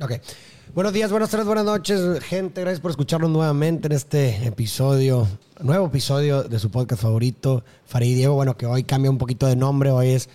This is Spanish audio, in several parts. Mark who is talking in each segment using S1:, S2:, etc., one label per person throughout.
S1: Ok. Buenos días, buenas tardes, buenas noches, gente. Gracias por escucharnos nuevamente en este episodio, nuevo episodio de su podcast favorito, Farid y Diego. Bueno, que hoy cambia un poquito de nombre. Hoy es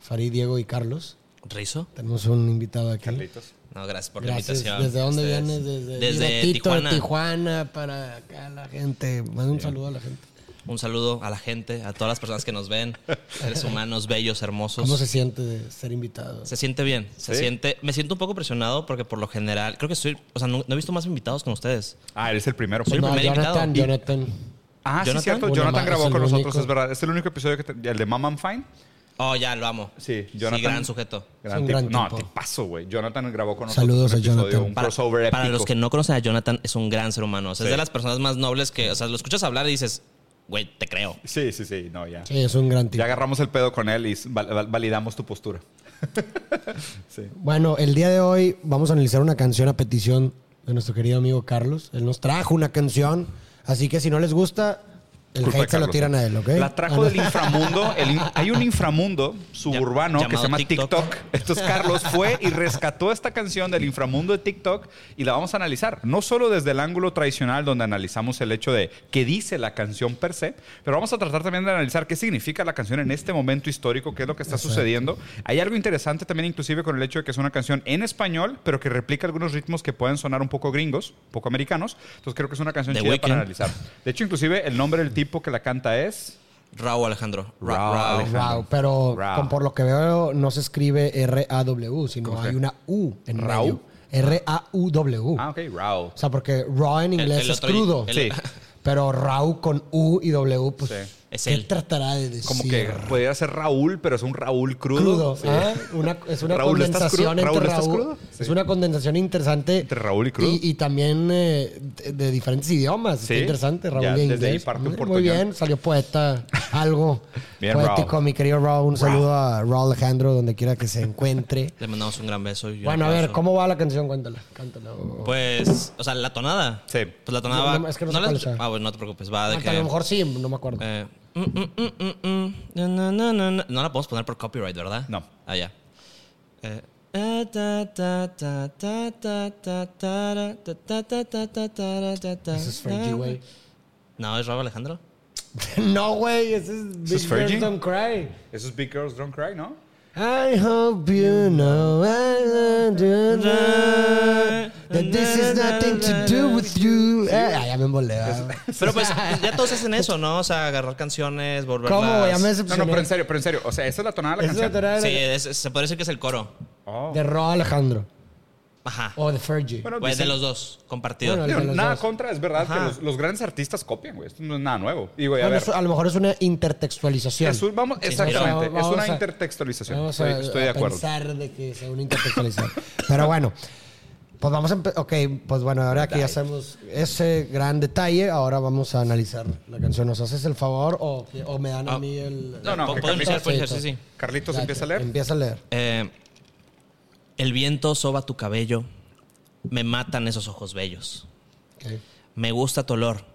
S1: Farid, Diego y Carlos.
S2: ¿Rizo?
S1: Tenemos un invitado aquí.
S3: Carlitos.
S2: No, gracias por
S1: Gracias.
S2: la invitación.
S1: ¿Desde dónde
S2: Ustedes.
S1: vienes? Desde,
S2: Desde
S1: directito de
S2: Tijuana.
S1: Tijuana para acá la gente. Manda un saludo a la gente.
S2: Un saludo a la gente, a todas las personas que nos ven, seres humanos, bellos, hermosos.
S1: ¿Cómo se siente de ser invitado?
S2: Se siente bien, se
S3: ¿Sí?
S2: siente. Me siento un poco presionado porque por lo general, creo que soy, o sea, no, no he visto más invitados con ustedes.
S3: Ah, eres el primero.
S2: Sí. el
S1: no,
S2: primer
S1: Jonathan, Jonathan.
S3: Ah, sí,
S2: ¿Jonathan?
S3: cierto.
S1: Una
S3: Jonathan
S1: más, es
S3: grabó
S1: el
S3: con nosotros,
S1: único.
S3: es verdad. Es el único episodio que... te- el de Mom and Fine.
S2: Oh, ya, lo amo.
S3: Sí, Jonathan.
S2: Sí, gran sujeto.
S1: Es
S3: Gran
S1: un
S3: tipo.
S1: gran
S3: no,
S1: tipo.
S3: te paso, güey. Jonathan grabó con
S1: Saludos
S3: nosotros
S1: a
S3: un episodio,
S1: Jonathan.
S3: un
S2: Para,
S3: crossover épico.
S2: para los que no conocen a Jonathan, es un gran ser humano. O sea,
S3: Sí.
S2: Es de las personas más nobles que, o sea, lo escuchas hablar y dices, güey, te creo.
S3: Sí, sí, sí. No, ya.
S1: Sí, es un gran tipo.
S3: Ya agarramos el pedo con él y val- val- validamos tu postura.
S1: Bueno, el día de hoy vamos a analizar una canción a petición de nuestro querido amigo Carlos. Él nos trajo una canción, así que si no les gusta, el
S3: Culpa de
S1: hate se lo
S3: Carlos.
S1: tiran a él, ¿ok? Ah,
S3: La trajo del inframundo. El in- hay un inframundo suburbano que
S2: Llamado
S3: se llama
S2: TikTok.
S3: TikTok. Entonces Carlos fue y rescató esta canción del inframundo de TikTok y la vamos a analizar. No solo desde el ángulo tradicional donde analizamos el hecho de qué dice la canción per se, pero vamos a tratar también de analizar qué significa la canción en este momento histórico, qué es lo que está sucediendo. Hay algo interesante también inclusive con el hecho de que es una canción en español, pero que replica algunos ritmos que pueden sonar un poco gringos, un poco americanos. Entonces creo que es una canción
S2: The
S3: chida para
S2: Weeknd.
S3: analizar. De hecho, inclusive el nombre del tipo que la canta es...
S2: Raúl Alejandro. Ra-
S3: Raúl
S2: Raúl.
S3: Alejandro.
S1: Wow, Ah, pero
S3: Raw.
S1: con- por lo que veo no se escribe R-A-W, sino
S3: ¿Cómo se-
S1: hay una U en
S3: Raw?
S1: medio. R-A-U-W.
S3: Ah, ok, Raúl.
S1: O sea, porque raw en inglés
S2: el
S1: es
S2: otro-
S1: crudo.
S2: el-
S3: Sí.
S1: Pero raw con U y W, pues,
S3: Sí.
S2: Es
S1: ¿qué
S2: él.
S1: tratará de decir?
S3: Como que pudiera ser Raúl, pero es un Raúl crudo.
S1: crudo.
S3: Sí.
S1: ¿ah? Una- es una
S3: Raúl,
S1: condensación
S3: ¿estás crudo?
S1: entre
S3: Raúl, ¿estás
S1: Raúl.
S3: crudo? Sí.
S1: Es una condensación interesante.
S3: Entre Raúl y crudo.
S1: Y, y también eh, de, de diferentes idiomas. Está
S3: Sí.
S1: interesante, Raúl
S3: Ya,
S1: y
S3: desde
S1: inglés.
S3: ahí parte un
S1: Muy- Muy
S3: portuñol.
S1: bien, salió poeta, algo
S3: Bien,
S1: poético,
S3: Raúl.
S1: mi querido Raúl. Un saludo a Raúl Alejandro, donde quiera que se encuentre.
S2: Le mandamos un gran beso. y un
S1: bueno, a ver,
S2: abrazo.
S1: ¿cómo va la canción? Cuéntala, cántala. Ah, o-
S2: Pues, o sea, la tonada.
S3: Sí.
S2: Pues la tonada
S1: No,
S2: va.
S1: no, es que no sé
S2: la-
S1: cuál sea.
S2: Ah, bueno, no te preocupes. Va de
S1: Hasta
S2: que.
S1: a lo mejor sí, no me acuerdo.
S2: eh, mm, mm, mm, mm, mm, na, na, na, na, na. No la podemos poner por copyright, ¿verdad?
S3: No.
S2: Ah, ya. Eh, ah, ta, ta, ta, ta, ta, ta, tara, ta, ta, ta, ta, ta, tara, ta, ta,
S1: Ese es Fergie, güey.
S2: No, es Rob Alejandro.
S1: no, güey, ese es Big
S3: ¿Eso es
S1: Girls
S3: Fergie?
S1: Don't Cry.
S3: Esos Big Girls Don't Cry, ¿no?
S1: I hope you know I love you, that this has nothing to do with you. Ah, ya me embolé. ¿verdad?
S2: Pero pues ya todos hacen eso, ¿no? O sea, agarrar canciones, volverlas.
S1: ¿Cómo, güey? Ya me
S3: No, no,
S1: decepcioné.
S3: pero en serio, pero en serio. O sea, esa es la tonada de la
S1: Esa
S3: canción.
S1: era
S2: Sí, es- es- se puede decir que es el coro.
S3: Oh.
S1: de Ro Alejandro
S2: Ajá.
S1: o de Fergie.
S3: Bueno,
S2: Pues de
S3: dicen-
S2: los dos, compartido.
S1: Bueno,
S3: digo,
S1: de los
S3: nada
S1: dos.
S3: contra, es verdad que
S2: Ajá.
S3: los, los grandes artistas copian, güey. Esto no es nada nuevo. Y, güey, a
S1: Bueno,
S3: ver.
S1: eso a lo mejor es una intertextualización.
S3: es un- vamos, exactamente.
S1: Vamos
S3: es una
S1: a-
S3: intertextualización.
S1: Vamos
S3: Estoy,
S1: a,
S3: estoy
S1: a
S3: de acuerdo.
S1: pensar de que sea una intertextualización. Pero bueno, pues vamos a... empe- Ok, pues bueno, ahora que ya hacemos ese gran detalle, ahora vamos a analizar la canción. ¿Nos haces el favor o, que- o me dan a
S2: Ah.
S1: mí el...?
S3: No, no,
S2: Po-
S3: que
S2: puedo iniciar, puedo iniciar,
S1: Perfecto.
S2: sí, sí.
S3: Carlitos
S1: Date,
S3: empieza a leer.
S1: Empieza a leer.
S2: Eh, el viento soba tu cabello, me matan esos ojos bellos.
S1: Ok,
S2: Me gusta tu olor,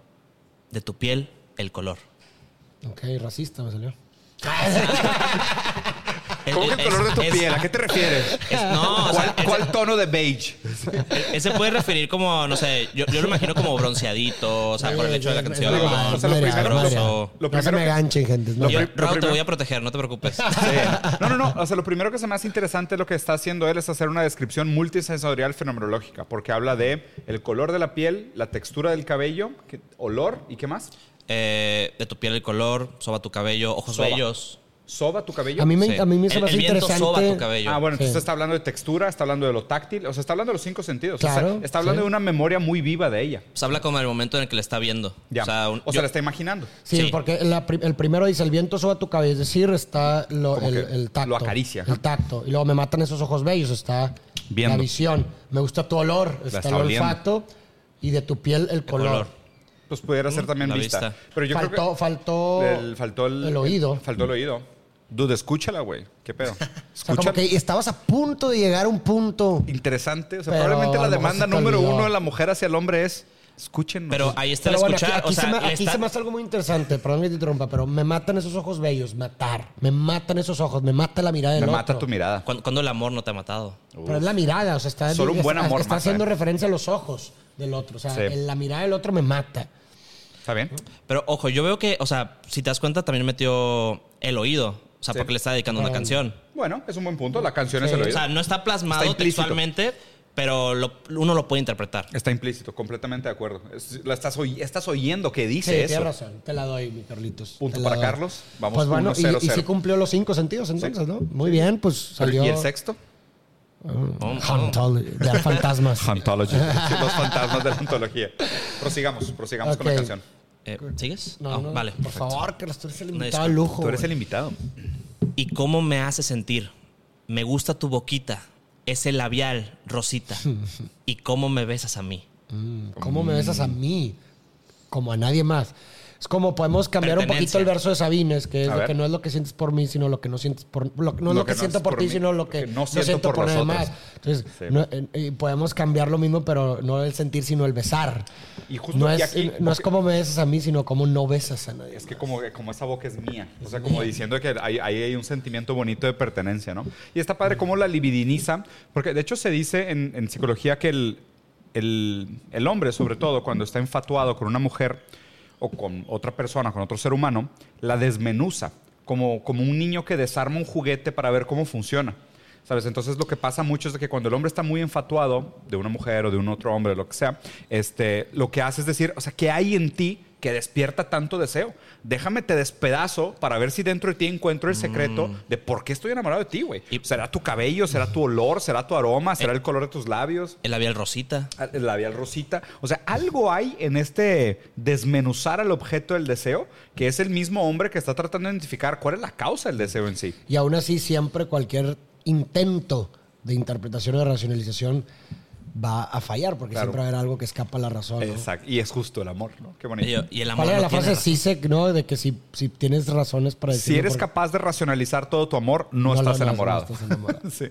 S2: de tu piel el color.
S1: ok, racista me salió.
S3: ¿Cómo que el color de tu
S2: es-
S3: piel? ¿A qué te refieres?
S2: es- no, o
S3: ¿Cuál,
S2: sea,
S3: cuál tono de beige?
S2: él se puede referir como, no sé, yo, yo lo imagino como bronceadito, o sea, por el hecho de la
S1: Es- es-
S2: canción.
S1: es-
S3: Digo,
S1: madre,
S3: o sea, lo
S1: madre,
S3: primero-
S1: madre.
S2: lo
S1: no se
S3: primero
S1: me
S3: que-
S1: ganchen, gente. no.
S3: lo
S2: Yo,
S3: pri- lo
S2: Raúl, te
S3: primero-
S2: voy a proteger, no te preocupes.
S3: Sí. No, no, no. O sea, lo primero que se me hace interesante lo que está haciendo él es hacer una descripción multisensorial fenomenológica, porque habla de el color de la piel, la textura del cabello, que- olor y qué más.
S2: Eh, de tu piel el color, soba tu cabello, ojos
S3: Soba.
S2: bellos.
S3: Soba tu cabello.
S1: A mí me,
S2: Sí.
S1: a mí me se
S2: El-
S1: me hace
S2: el viento
S1: interesante...
S2: soba tu cabello.
S3: Ah, bueno,
S1: Sí.
S3: entonces está hablando de textura, está hablando de lo táctil, o sea, está hablando de los cinco sentidos. O sea,
S1: Claro,
S3: está hablando
S1: sí.
S3: de una memoria muy viva de ella.
S2: Pues habla como el momento en el que le está viendo.
S3: Ya.
S2: O sea, un- yo-
S3: la está imaginando.
S1: Sí,
S2: Sí.
S1: porque la pri- el primero dice el viento soba tu cabello, es decir, está lo-
S3: Como
S1: el,
S3: que
S1: el tacto.
S3: lo acaricia.
S1: El tacto. Y luego me matan esos ojos bellos, está
S3: Viendo.
S1: la visión. Me gusta tu olor, está,
S3: está
S1: el
S3: oliendo.
S1: olfato. Y de tu piel el color.
S2: color.
S3: Pues pudiera ser también
S2: Mm, la
S3: vista.
S2: vista.
S3: Pero yo
S1: faltó,
S3: creo
S1: faltó,
S3: que el- faltó el,
S1: el oído.
S3: Faltó el oído. Dude, escúchala, güey. ¿Qué pedo?
S1: o sea, como
S3: Escúchala.
S1: que estabas a punto de llegar a un punto.
S3: Interesante. O sea,
S1: Pero
S3: probablemente
S1: a
S3: la
S1: lo mejor se
S3: demanda
S1: te
S3: número
S1: olvidó.
S3: uno de la mujer hacia el hombre es Escúchennos.
S2: Pero ahí está el
S1: Pero bueno,
S2: escuchar.
S1: aquí, aquí
S2: o sea,
S1: se me,
S2: le
S1: aquí
S2: está-
S1: se me hace algo muy interesante, perdón que te interrumpa, pero me matan esos ojos bellos, matar. Me matan esos ojos, me mata la mirada
S3: Me
S1: del
S3: mata
S1: otro.
S3: tu mirada.
S2: cuando, cuando el amor no te ha matado.
S1: Pero es la mirada, o sea, está,
S3: Solo un buen
S1: está-
S3: amor
S1: está
S3: mata,
S1: haciendo
S3: eh.
S1: referencia a los ojos del otro. O sea,
S3: Sí.
S1: el- la mirada del otro me mata.
S3: ¿Está bien?
S2: Pero ojo, yo veo que, o sea, si te das cuenta, también metió el oído. O sea,
S3: Sí.
S2: porque le está dedicando una
S1: Ah.
S2: canción.
S3: Bueno, es un buen punto. La canción es
S1: Sí.
S3: el
S2: O
S3: oído.
S2: sea, no está plasmado
S3: Está implícito.
S2: textualmente, pero lo- uno lo puede interpretar.
S3: Está implícito, completamente de acuerdo. Es- la estás, oy- estás oyendo que
S1: Sí,
S3: dice
S1: tienes
S3: eso.
S1: razón. Te la doy, mi Carlitos.
S3: Punto
S1: Te la
S3: para
S1: doy.
S3: Carlos. Vamos
S1: Pues bueno, y-
S3: 1-0-0.
S1: y, sí cumplió los cinco sentidos entonces,
S3: Sí.
S1: ¿no? Muy bien, pues salió...
S3: ¿Y el sexto?
S1: Mm.
S2: Oh, oh.
S1: Huntology, de fantasmas.
S3: Hantology. Sí, los fantasmas de la antología. Prosigamos, prosigamos con
S1: Ok.
S3: la canción.
S2: Eh, ¿Sigues?
S1: No,
S2: Oh,
S1: no,
S2: vale.
S1: Por
S2: perfecto.
S1: favor, Carlos, tú eres el
S2: Una
S1: invitado al
S2: disculpa.
S1: lujo.
S3: Tú eres
S1: güey.
S3: el invitado.
S2: ¿Y cómo me hace sentir? Me gusta tu boquita, ese labial, Rosita. ¿Y cómo me besas a mí?
S1: ¿Cómo me besas a mí? Como a nadie más. Es como podemos cambiar un poquito
S2: Pertenencia.
S1: el verso de Sabines, que es
S3: A
S1: lo
S3: ver.
S1: que no es lo que sientes por mí, sino lo que no sientes por lo, no es lo, que, siento por ti,
S3: mí,
S1: sino lo que, no siento, por, los
S3: otros.
S1: demás. Entonces,
S3: Sí.
S1: no, eh, y podemos cambiar lo mismo, pero no el sentir, sino el besar.
S3: Y justo
S1: no,
S3: y
S1: es,
S3: aquí-
S1: no es como me besas a mí, sino como no besas a nadie.
S3: Es que como, como esa boca es mía. O sea, como diciendo que ahí hay, hay un sentimiento bonito de pertenencia, ¿no? Y está padre cómo la libidiniza. Porque de hecho se dice en, en psicología que el, el- el hombre, sobre todo, cuando está enfatuado con una mujer o con otra persona, con otro ser humano, la desmenuza. Como, como un niño que desarma un juguete para ver cómo funciona. ¿Sabes? Entonces lo que pasa mucho es de que cuando el hombre está muy enfatuado de una mujer o de un otro hombre, lo que sea, este, lo que hace es decir, o sea, ¿qué hay en ti que despierta tanto deseo? Déjame te despedazo para ver si dentro de ti encuentro el secreto de por qué estoy enamorado de ti, güey.
S2: Mm. Y- Eh.
S3: ¿Será tu cabello? ¿Será tu olor? ¿Será tu aroma? ¿Será el color de tus labios? Ah,
S2: El labial, Rosita.
S3: El labial rosita. O sea, algo hay en este desmenuzar al objeto del deseo que es el mismo hombre que está tratando de identificar cuál es la causa del deseo en sí.
S1: Y aún así, siempre cualquier intento de interpretación o de racionalización va a fallar, porque
S3: Claro.
S1: siempre va a haber algo que escapa a la razón. ¿no?
S3: Exacto. Y es justo el amor, ¿no? Qué bonito.
S2: Y, y el amor.
S1: ¿Cuál era
S2: no
S1: la
S2: tiene
S1: frase
S2: razón.
S1: Sisek, no? De que si, si tienes razones para decir.
S3: Si eres capaz de racionalizar todo tu amor, no,
S1: No,
S3: estás
S1: no, no,
S3: enamorado.
S1: no estás enamorado.
S3: Sí.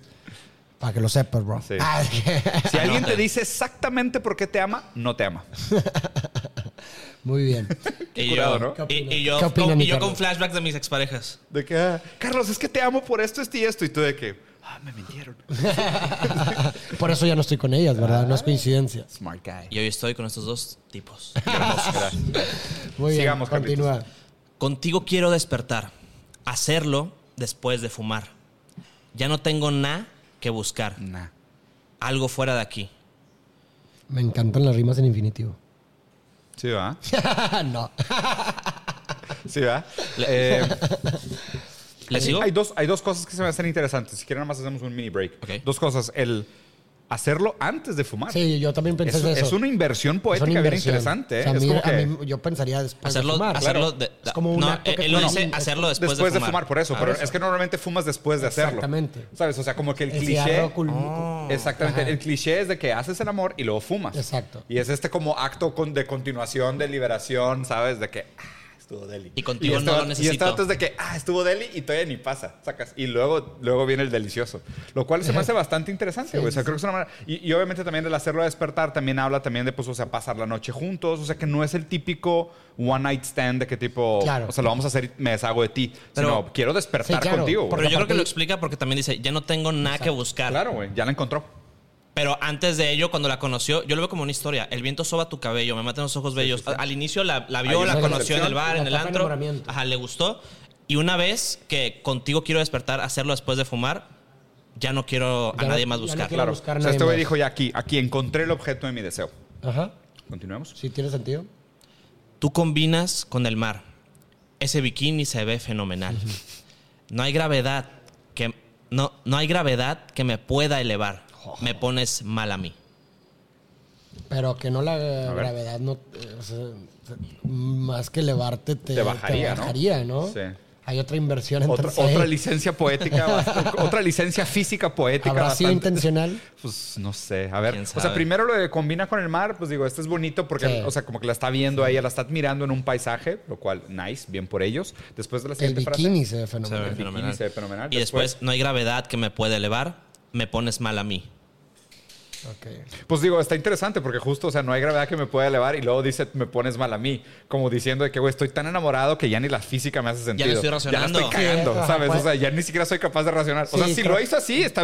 S1: Para que lo sepas, bro.
S3: Sí.
S1: Ah,
S3: Si alguien te
S2: Anoten.
S3: dice exactamente por qué te ama, no te ama.
S1: muy bien.
S3: Qué
S2: y
S3: curado,
S2: yo,
S3: ¿no?
S2: y- y
S1: ¿Qué
S2: yo,
S1: opina? ¿Qué opina,
S2: con,
S1: mi
S2: y yo con
S1: Carlos?
S2: flashbacks de mis exparejas.
S3: De que, ah, Carlos, es que te amo por esto, esto y esto. Y tú de que, ah, me mintieron.
S1: Por eso ya no estoy con ellas, ¿verdad?
S3: Ah.
S1: No es coincidencia.
S3: Smart guy.
S2: Y hoy estoy con estos dos tipos.
S1: Muy bien.
S3: Sigamos, Carlitos.
S1: continúa.
S2: Contigo quiero despertar, hacerlo después de fumar. Ya no tengo nada que buscar,
S3: Nah.
S2: algo fuera de aquí.
S1: Me encantan las rimas en infinitivo.
S3: Sí, va.
S1: no.
S3: Sí, va.
S2: Le-
S3: Eh,
S2: ¿Le sigo?
S3: Hay dos, hay dos cosas que se me hacen interesantes. Si quieren, nada más hacemos un mini break.
S2: Ok.
S3: Dos cosas. El hacerlo antes de fumar.
S1: Sí, yo también pensé
S3: Ah, es,
S1: eso.
S3: es una inversión poética
S1: Es una
S3: bien
S1: inversión.
S3: interesante. ¿eh?
S1: O sea, a
S3: Es
S1: mí-
S3: como
S1: a
S3: que-
S1: mí- yo pensaría después
S2: Hacerlo,
S1: de fumar.
S2: hacerlo
S3: claro.
S2: de-
S1: Es como un
S2: no,
S1: acto
S2: él-
S1: que-
S2: él lo
S1: no, no,
S2: dice
S1: es-
S2: hacerlo después,
S3: después, de, fumar. por eso.
S1: Ah,
S3: pero
S1: eso.
S3: es que normalmente fumas después de hacerlo.
S1: Exactamente.
S3: ¿Sabes? O sea, como que el,
S1: El
S3: cliché.
S1: cigarro cul-
S2: Oh.
S3: Exactamente.
S1: Ajá.
S3: El cliché es de que haces el amor y luego fumas.
S1: Exacto.
S3: Y es este como acto con- de continuación, de liberación, ¿sabes? De que. ah, Estuvo deli.
S2: Y contigo no
S3: vato-
S2: lo
S3: Y este
S2: necesito.
S3: vato es de que, ah, estuvo deli y todavía ni pasa, sacas. Y luego, luego viene el delicioso. Lo cual se me hace bastante interesante, güey. o sea, creo que es una manera. Y, y obviamente también el hacerlo despertar también habla también de, pues, o sea, pasar la noche juntos. O sea, que no es el típico one night stand de que tipo,
S1: Claro.
S3: o sea, lo vamos a hacer y me deshago de ti.
S2: Pero-
S3: sino, quiero despertar
S1: Sí, claro.
S3: contigo, güey.
S2: Pero yo creo que
S1: Aparte-
S2: lo explica porque también dice, ya no tengo nada que buscar.
S3: Claro, güey, ya la encontró.
S2: Pero antes de ello, cuando la conoció, yo lo veo como una historia. El viento soba tu cabello, me matan los ojos bellos. Al- Al inicio la, la
S3: Ahí
S2: vio,
S3: es
S2: la
S3: la
S2: conoció en el
S3: concepción.
S2: bar,
S1: La
S2: en el
S1: etapa de
S2: antro.
S1: enamoramiento.
S2: Ajá, le gustó. Y una vez que contigo quiero despertar, hacerlo después de fumar, ya no quiero a
S1: Ya no-
S2: nadie más
S1: ya no
S2: buscar.
S1: quiero-
S3: Claro.
S1: buscar
S3: o sea,
S1: nadie
S3: este güey
S1: más.
S3: dijo ya aquí, aquí encontré el objeto de mi deseo.
S1: Ajá.
S3: Continuemos.
S1: Sí, tiene sentido.
S2: Tú combinas con el mar. Ese bikini se ve fenomenal. No hay gravedad que no, no hay gravedad que me pueda elevar.
S1: Oh.
S2: Me pones mal a mí.
S1: Pero que no la
S3: ver.
S1: gravedad no eh, o sea, te- más que elevarte te,
S3: Te bajaría, ¿no?
S1: bajaría, ¿no?
S3: Sí.
S1: Hay otra inversión
S3: Otra,
S1: entonces. ahí.
S3: otra licencia poética, bastante- otra licencia física poética.
S1: ¿Habrá sido
S3: bastante-
S1: intencional?
S3: Pues no sé, a ver.
S2: ¿Quién
S3: O sea,
S2: sabe?
S3: primero lo de combina con el mar, pues digo, este es bonito porque,
S1: Sí.
S3: o sea, como que la está viendo ahí, la está admirando en un paisaje, lo cual, nice, bien por ellos. Después de la
S1: El
S3: siguiente frase.
S1: bikini se ve
S2: Se ve
S1: fenomenal.
S2: fenomenal.
S3: Ah, se ve fenomenal.
S2: Y después, no hay gravedad que me pueda elevar, me pones mal a mí.
S3: Pues digo, está interesante porque justo, o sea, no hay gravedad que me pueda elevar y luego dice, me pones mal a mí. Como diciendo de que, güey, estoy tan enamorado que ya ni la física me hace sentido.
S2: estoy racionando.
S3: Ya la estoy cagando,
S1: Sí, ajá,
S3: ¿sabes?
S1: pues-
S3: O sea, ya ni siquiera soy capaz de racionar. o sea,
S1: Sí,
S3: si
S1: creo-
S3: lo hizo así, está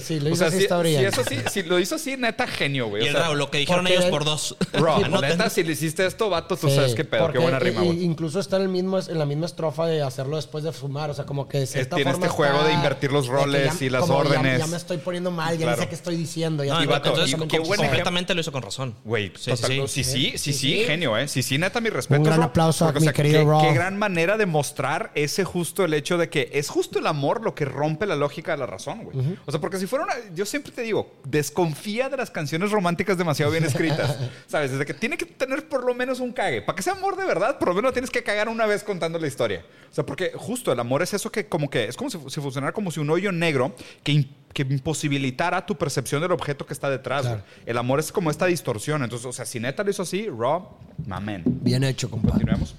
S1: Sí, sí, lo hizo
S3: o sea,
S1: así,
S3: si-
S1: está brillante.
S3: Si, eso sí- si lo hizo así, neta, genio, güey.
S2: Y
S3: O
S2: el
S3: sea,
S2: Raúl, lo que dijeron
S1: porque
S2: ellos
S1: él-
S2: por dos.
S3: Raw,
S2: Anoten.
S3: neta, si le hiciste esto, vato, tú
S1: Sí,
S3: sabes qué pedo, qué
S1: porque
S3: buena rima,
S1: i-
S3: güey.
S1: Incluso está en, el mismo, en la misma estrofa de hacerlo después de fumar. O sea, como que de cierta
S3: tiene
S1: forma
S3: este juego
S1: está-
S3: de invertir los
S1: de que
S3: roles y las
S1: como ya-
S3: órdenes.
S1: Ya, me estoy poniendo mal, ya
S3: Claro.
S1: no sé qué estoy diciendo. Ya
S2: No,
S1: estoy
S3: vato,
S2: entonces,
S3: y
S1: con-
S3: qué
S1: con-
S3: buen ejemplo.
S2: completamente lo hizo con razón.
S3: Güey,
S2: Sí, sí,
S3: total-
S2: sí.
S3: no, sí, sí, sí, sí,
S1: sí.
S3: genio, ¿eh? Sí, sí, neta, mi respeto.
S1: gran aplauso a mi querido
S3: qué,
S1: Raw.
S3: qué gran manera de mostrar ese justo el hecho de que es justo el amor lo que rompe la lógica de la razón, güey. O sea, porque si fuera una... Yo siempre te digo, desconfía de las canciones románticas demasiado bien escritas, ¿sabes? Desde que tiene que tener por lo menos un cague. Para que sea amor de verdad, por lo menos tienes que cagar una vez contando la historia. O sea, porque justo el amor es eso que como que... Es como si, fu- si funcionara como si un hoyo negro que... im- que imposibilitara tu percepción del objeto que está detrás.
S1: Claro.
S3: güey. El amor es como esta distorsión. Entonces, o sea, si neta lo hizo así, Raw, mamen.
S1: Bien hecho, compadre.
S3: Continuemos.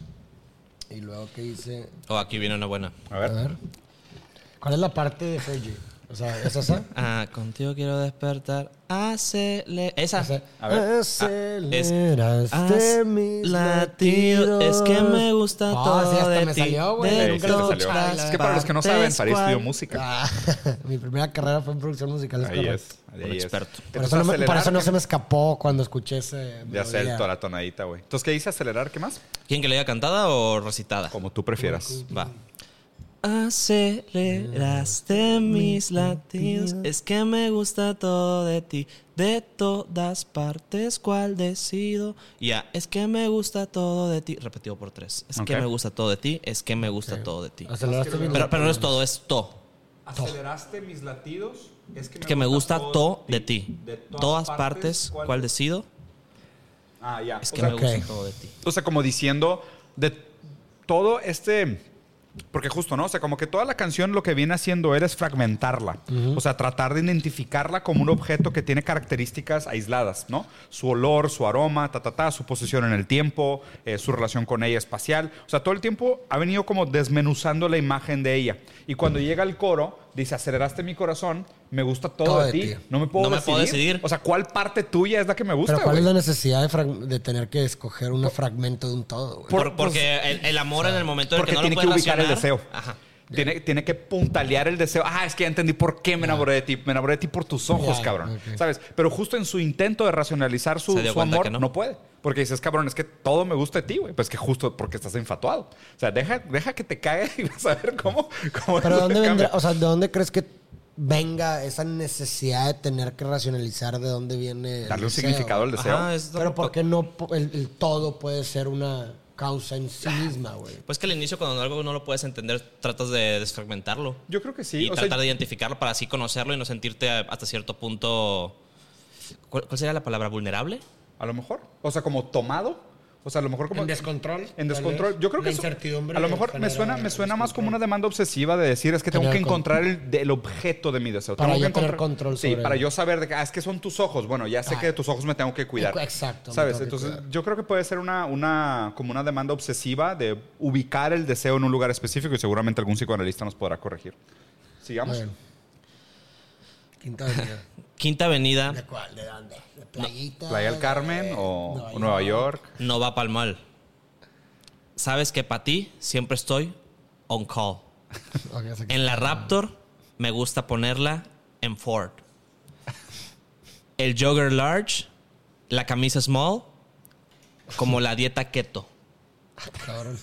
S1: Y luego, ¿qué dice?
S2: Oh, aquí viene una buena.
S3: A
S1: A
S3: ver.
S1: ver. ¿Cuál es la parte de Fergie? O sea, ¿es esa?
S2: Ah, contigo quiero despertar. Hacele. Esa.
S1: Esa.
S3: A ver. Ah,
S1: Aceleraste
S2: haz
S1: mis
S2: latidos.
S1: latidos.
S2: Es que me gusta
S1: Ah,
S2: todo
S1: sí, hasta
S2: de
S1: me
S2: ti.
S1: salió, güey.
S2: De
S3: Ey,
S1: Nunca
S3: se
S1: lo
S3: te salió.
S1: escuchaba.
S3: Es que para los que no saben, Farid estudió música.
S1: Ah, mi primera carrera fue en producción musical. es
S3: Ahí
S1: correcto.
S3: es. ahí
S2: Ah, Un
S3: es.
S2: experto.
S1: Por
S3: Entonces,
S1: eso, no me, por
S3: acelerar,
S1: eso no
S3: ¿qué?
S1: se me escapó cuando escuché ese.
S3: Ya sé,
S1: melodía.
S3: toda la tonadita, güey. Entonces, ¿qué dice acelerar? ¿Qué más?
S2: ¿Quién que le diga cantada o recitada?
S3: Como tú prefieras.
S2: Va. Aceleraste mis latidos. Es que me gusta todo de ti. De todas partes, cual decido. Ya, es que me gusta todo de ti. Repetido por tres. Es
S3: Ok.
S2: que me gusta todo de ti. Es que me gusta todo de ti.
S1: Aceleraste bien.
S2: Pero, pero no es todo, es to.
S3: Aceleraste mis latidos. Es
S2: Es que me gusta to de ti. Todas partes, cual decido.
S3: Ah, ya.
S2: Es
S3: O
S2: que
S3: sea,
S2: me
S1: ok.
S2: gusta todo de ti.
S3: O sea, como diciendo de todo este. Porque justo, ¿no? O sea, como que toda la canción lo que viene haciendo él es fragmentarla. O sea, tratar de identificarla como un objeto que tiene características aisladas, ¿no? Su olor, su aroma, ta, ta, ta, su posición en el tiempo, eh, su relación con ella espacial. O sea, todo el tiempo ha venido como desmenuzando la imagen de ella. Y cuando llega el coro, dice, aceleraste mi corazón, me gusta todo, de ti. No me puedo
S2: No me
S3: decidir.
S2: puedo decidir.
S3: O sea, ¿cuál parte tuya es la que me gusta,
S1: Pero ¿cuál
S3: güey?
S1: es la necesidad de, frag- de tener que escoger un fragmento de un todo, güey?
S3: Por- pues,
S2: Por- porque el, el amor en el momento en el
S3: porque
S2: que no lo
S3: tiene que
S2: puedes
S3: ubicar el
S2: racionar-
S3: deseo.
S2: Ajá.
S3: Tiene, tiene que puntalear el deseo. Ah, es que ya entendí por qué me enamoré de ti. Me enamoré de ti por tus ojos,
S1: Ya,
S3: cabrón.
S1: ok.
S3: ¿Sabes? Pero justo en su intento de racionalizar su,
S2: Se dio
S3: su
S2: cuenta
S3: amor,
S2: que
S3: no.
S2: no.
S3: puede. Porque dices, cabrón, es que todo me gusta de ti, güey. Pues que justo porque estás infatuado. O sea, deja, deja que te cague y vas a ver cómo. cómo
S1: Pero
S3: eso
S1: ¿dónde
S3: te cambia.
S1: vendrá? O sea, ¿de dónde crees que venga esa necesidad de tener que racionalizar de dónde viene? el
S3: Darle un
S1: deseo?
S3: significado al deseo.
S2: Ajá, es-
S1: Pero ¿por qué no po- el, el todo puede ser una causa en sí misma, güey?
S2: Pues que al inicio cuando algo no lo puedes entender, tratas de desfragmentarlo.
S3: Yo creo que sí.
S2: y
S3: O sea,
S2: tratar de identificarlo para así conocerlo y no sentirte hasta cierto punto... ¿Cuál, cuál sería la palabra? ¿Vulnerable?
S3: a lo mejor. O sea, como tomado. O sea, a lo mejor como.
S1: En descontrol,
S3: En
S1: tal
S3: descontrol.
S1: vez.
S3: Yo creo que
S1: La
S3: eso-
S1: incertidumbre
S3: A lo
S1: que
S3: mejor me
S1: genera
S3: suena, me
S1: el
S3: suena más como
S1: descontrol.
S3: una demanda obsesiva de decir es que tengo que
S1: Tener
S3: encontrar el, del objeto de mi deseo.
S1: Para
S3: tengo
S1: yo
S3: que
S1: tener
S3: encontrar-
S1: control
S3: Sí,
S1: sobre
S3: para
S1: él.
S3: yo saber de que ah, es que son tus ojos. Bueno, ya sé
S1: Ah.
S3: que de tus ojos me tengo que cuidar.
S1: Exacto, me
S3: ¿Sabes?
S1: tengo que
S3: Entonces,
S1: cuidar.
S3: yo creo que puede ser una, una como una demanda obsesiva de ubicar el deseo en un lugar específico y seguramente algún psicoanalista nos podrá corregir. Sigamos.
S1: Bueno. Quinta avenida.
S2: Quinta Avenida
S1: ¿De cuál? ¿De dónde? ¿De playita?
S3: Playa del
S1: ¿De
S3: Carmen o Nueva York.
S2: no va pa'l mal. Sabes que para ti siempre estoy on call.
S1: Ok, ya sé que-
S2: En la Raptor me gusta ponerla en Ford. El jogger large, la camisa small, como la dieta keto.
S1: Cabrón.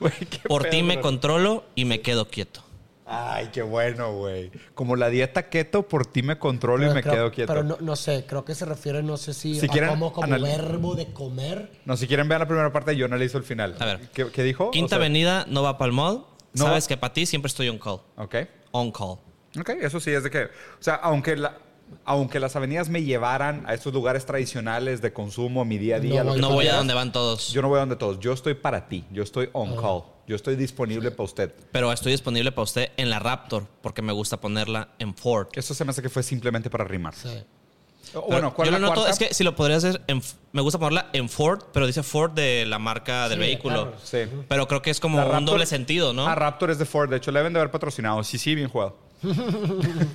S3: Güey, qué
S2: Por ti
S3: pedo,
S2: me
S3: bro.
S2: controlo y me quedo quieto.
S3: Ay, qué bueno, güey. Como la dieta keto, por ti me controlo y me
S1: creo-
S3: quedo quieto.
S1: Pero
S3: no,
S1: no, no sé, creo que se refiere, no sé si,
S3: Si
S1: a
S3: quieren,
S1: como, como
S3: anal-
S1: verbo de comer.
S3: si quieren vean la primera parte, yo analizo el final.
S2: A ver.
S3: ¿Qué, qué dijo?
S2: Quinta
S3: O sea,
S2: Avenida no va pa'l mall.
S3: No
S2: Sabes
S3: va-
S2: que para ti siempre estoy on call.
S3: Ok.
S2: On call.
S3: Ok, eso sí es de que, o sea, aunque la, aunque las avenidas me llevaran a estos lugares tradicionales de consumo, mi día a día,
S1: No
S3: lo que
S2: No
S3: tú
S2: voy a
S3: quieras,
S2: donde van todos.
S3: Yo no voy a donde todos, yo estoy para ti, yo estoy on
S1: Ah.
S3: call, yo estoy disponible para usted.
S2: Pero estoy disponible para usted en la Raptor porque me gusta ponerla en Ford.
S3: Eso se me hace que fue simplemente para rimar.
S1: Sí.
S3: O-
S2: Pero
S3: bueno, ¿cuál
S2: yo
S3: es
S2: lo
S3: la
S2: noto,
S3: cuarta?
S2: es que si lo podría hacer, en, F- me gusta ponerla en Ford, pero dice Ford de la marca del
S1: Sí,
S2: vehículo.
S1: claro.
S3: Sí.
S2: Pero creo que es como
S3: La
S2: un
S3: Raptor-
S2: doble sentido, ¿no?
S3: Ah, Raptor es de Ford, de hecho, le deben de haber patrocinado. Sí, sí, bien jugado.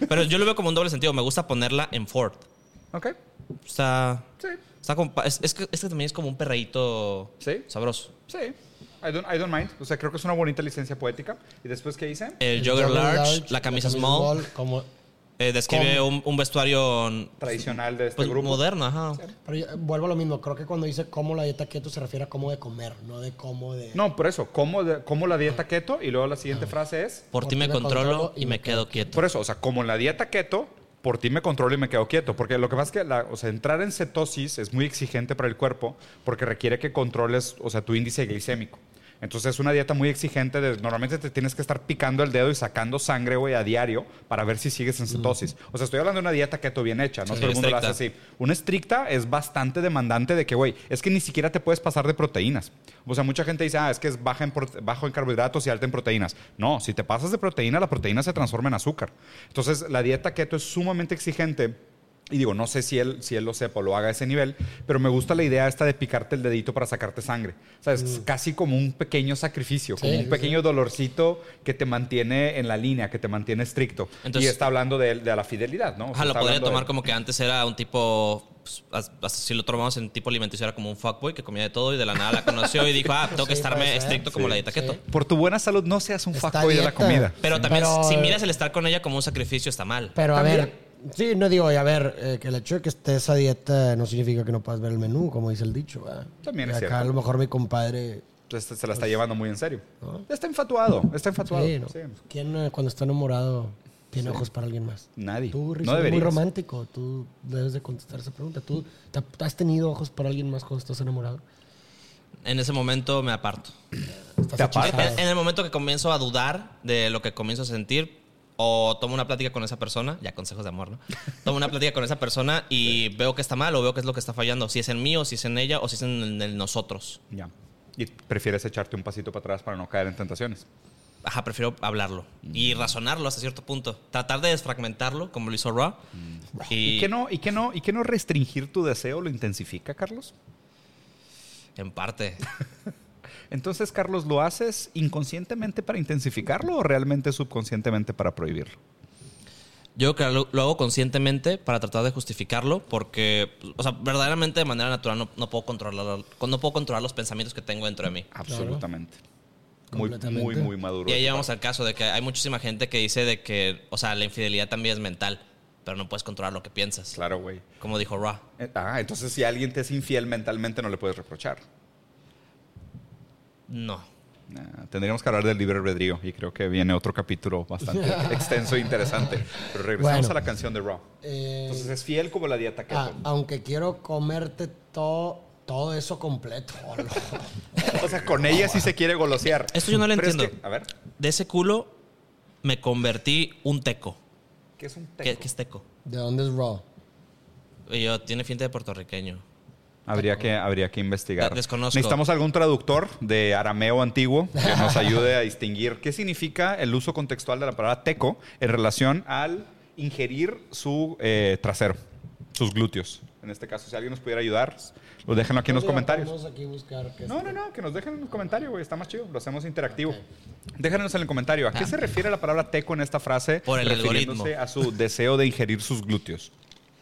S2: Pero yo lo veo como un doble sentido. Me gusta ponerla en Ford.
S3: Ok.
S2: Está.
S3: Sí.
S2: está compa- es, es que, es que también es como un perreíto
S3: Sí.
S2: sabroso.
S3: Sí. I don't, I don't mind. O sea, creo que es una bonita licencia poética. ¿Y después qué hice?
S2: El, jogger large, la camisa small.
S1: como-
S2: eh, describe un, un vestuario
S3: Tradicional de este
S2: pues,
S3: grupo.
S2: moderno, ajá.
S1: pero yo, eh, vuelvo a lo mismo. Creo que cuando dice cómo la dieta keto se refiere a cómo de comer, no de cómo de.
S3: No, por eso. Como, de- como la dieta keto y luego la siguiente frase es...
S2: Por ti me controlo y me quedo quieto.
S3: Por eso, o sea, como la dieta keto, por ti me controlo y me quedo quieto. Porque lo que pasa es que la- o sea, entrar en cetosis es muy exigente para el cuerpo porque requiere que controles, o sea, tu índice glicémico. Entonces es una dieta muy exigente. de- normalmente te tienes que estar picando el dedo y sacando sangre, güey, a diario para ver si sigues en cetosis. O sea, estoy hablando de una dieta keto bien hecha. No
S2: Sí,
S3: todo el mundo la hace
S2: estricta.
S3: así. Una estricta es bastante demandante de que, güey, es que ni siquiera te puedes pasar de proteínas. O sea, mucha gente dice, ah, es que es baja en prote- bajo en carbohidratos y alta en proteínas. No, si te pasas de proteína, la proteína se transforma en azúcar. Entonces, la dieta keto es sumamente exigente. Y digo, no sé si él, si él lo sepa o lo haga a ese nivel, pero me gusta la idea esta de picarte el dedito para sacarte sangre. O sea,
S2: Mm.
S3: es casi como un pequeño sacrificio, como
S1: Sí,
S3: un
S1: sí,
S3: pequeño dolorcito que te mantiene en la línea, que te mantiene estricto.
S2: Entonces-
S3: y está hablando de, de la fidelidad, ¿no? O sea,
S2: Ajá, lo
S3: está
S2: podría
S3: hablando de-
S2: tomar como que antes era un tipo. pues, as- as- si lo tomamos en tipo alimenticio, era como un fuckboy que comía de todo y de la nada la conoció y dijo, ah, tengo que
S1: Sí,
S2: estarme
S1: puede ser.
S2: estricto como
S3: Sí,
S2: la dieta keto.
S1: sí.
S3: Por tu buena salud, no seas un
S1: Está
S3: fuckboy de la
S1: dieta.
S3: comida.
S2: Pero eh, también,
S1: Pero-
S2: si miras el estar con ella como un sacrificio, está mal.
S1: Pero a
S3: También.
S1: ver. Sí, no digo, y a ver, eh, que el hecho de que esté esa dieta no significa que no puedas ver el menú, como dice el dicho, ¿verdad?
S3: También
S1: Y
S3: es
S1: acá
S3: cierto.
S1: a lo mejor mi compadre
S3: Entonces, se la está llevando muy en serio. Está enfatuado, está enfatuado.
S1: Pues. Sí, ¿no?
S3: Sí.
S1: ¿Quién eh, cuando está enamorado tiene ojos para alguien más?
S3: Nadie.
S1: Tú, Rizo,
S3: No
S1: eres muy
S3: deberías.
S1: romántico. Tú debes de contestar esa pregunta. ¿Tú te ha- has tenido ojos para alguien más cuando estás enamorado?
S2: En ese momento me aparto.
S1: Estás
S3: Te apartas.
S1: hechizado.
S2: En, en el momento que comienzo a dudar de lo que comienzo a sentir, o tomo una plática con esa persona, ya consejos de amor, ¿no? Tomo una plática con esa persona y veo que está mal o veo que es lo que está fallando. Si es en mí o si es en ella o si es en, el- en el nosotros.
S3: Ya. Y prefieres echarte un pasito para atrás para no caer en tentaciones.
S2: Ajá, prefiero hablarlo
S3: Mm.
S2: y razonarlo hasta cierto punto. Tratar de desfragmentarlo, como lo hizo Raw.
S3: Mm. ¿Y,
S2: Y,
S3: qué no, y, qué no, ¿Y qué no restringir tu deseo lo intensifica, Carlos?
S2: En parte.
S3: Entonces, Carlos, ¿lo haces inconscientemente para intensificarlo o realmente subconscientemente para prohibirlo?
S2: Yo creo que lo, lo hago conscientemente para tratar de justificarlo, porque, o sea, verdaderamente de manera natural no, no puedo, controlar, no puedo controlar los pensamientos que tengo dentro de mí.
S3: Absolutamente. Muy,
S1: Completamente.
S3: muy, muy maduro.
S2: Y ahí
S3: de tu
S2: llegamos
S3: parte.
S2: al caso de que hay muchísima gente que dice de que, o sea, la infidelidad también es mental, pero no puedes controlar lo que piensas.
S3: Claro, güey.
S2: Como dijo Ra.
S3: Eh, Ah, entonces si alguien te es infiel mentalmente no le puedes reprochar.
S2: No.
S3: Nah, Ah, tendríamos que hablar del libre albedrío y creo que viene otro capítulo bastante extenso e interesante. Pero regresamos
S1: Bueno.
S3: a la canción de Raw.
S1: Eh,
S2: Pues
S3: Entonces es fiel como la dieta keto.
S1: ah, aunque quiero comerte todo, todo eso completo. Oh, Hola.
S3: o sea, con ella sí se quiere golosear.
S2: Esto yo no lo
S3: Pero es
S2: entiendo.
S3: que- a ver,
S2: De ese culo me convertí un teco.
S3: ¿qué es un teco?
S2: ¿Qué, qué es teco?
S1: ¿De dónde es Raw?
S2: Y yo, tiene finta de puertorriqueño.
S3: Habría que, habría que investigar.
S2: La- desconozco.
S3: Necesitamos algún traductor de arameo antiguo que nos ayude a distinguir qué significa el uso contextual de la palabra teco en relación al ingerir su eh, trasero, sus glúteos. En este caso, si alguien nos pudiera ayudar, lo déjenlo aquí en los
S1: Digo,
S3: comentarios.
S1: Vamos aquí a buscar que
S3: No, no, no, que nos dejen en los comentarios, güey. Está más chido. Lo hacemos interactivo. Déjanos en el comentario. ¿A qué se refiere la palabra teco en esta frase?
S2: Ah. Por el
S3: refiriéndose
S2: algoritmo.
S3: a su deseo de ingerir sus glúteos.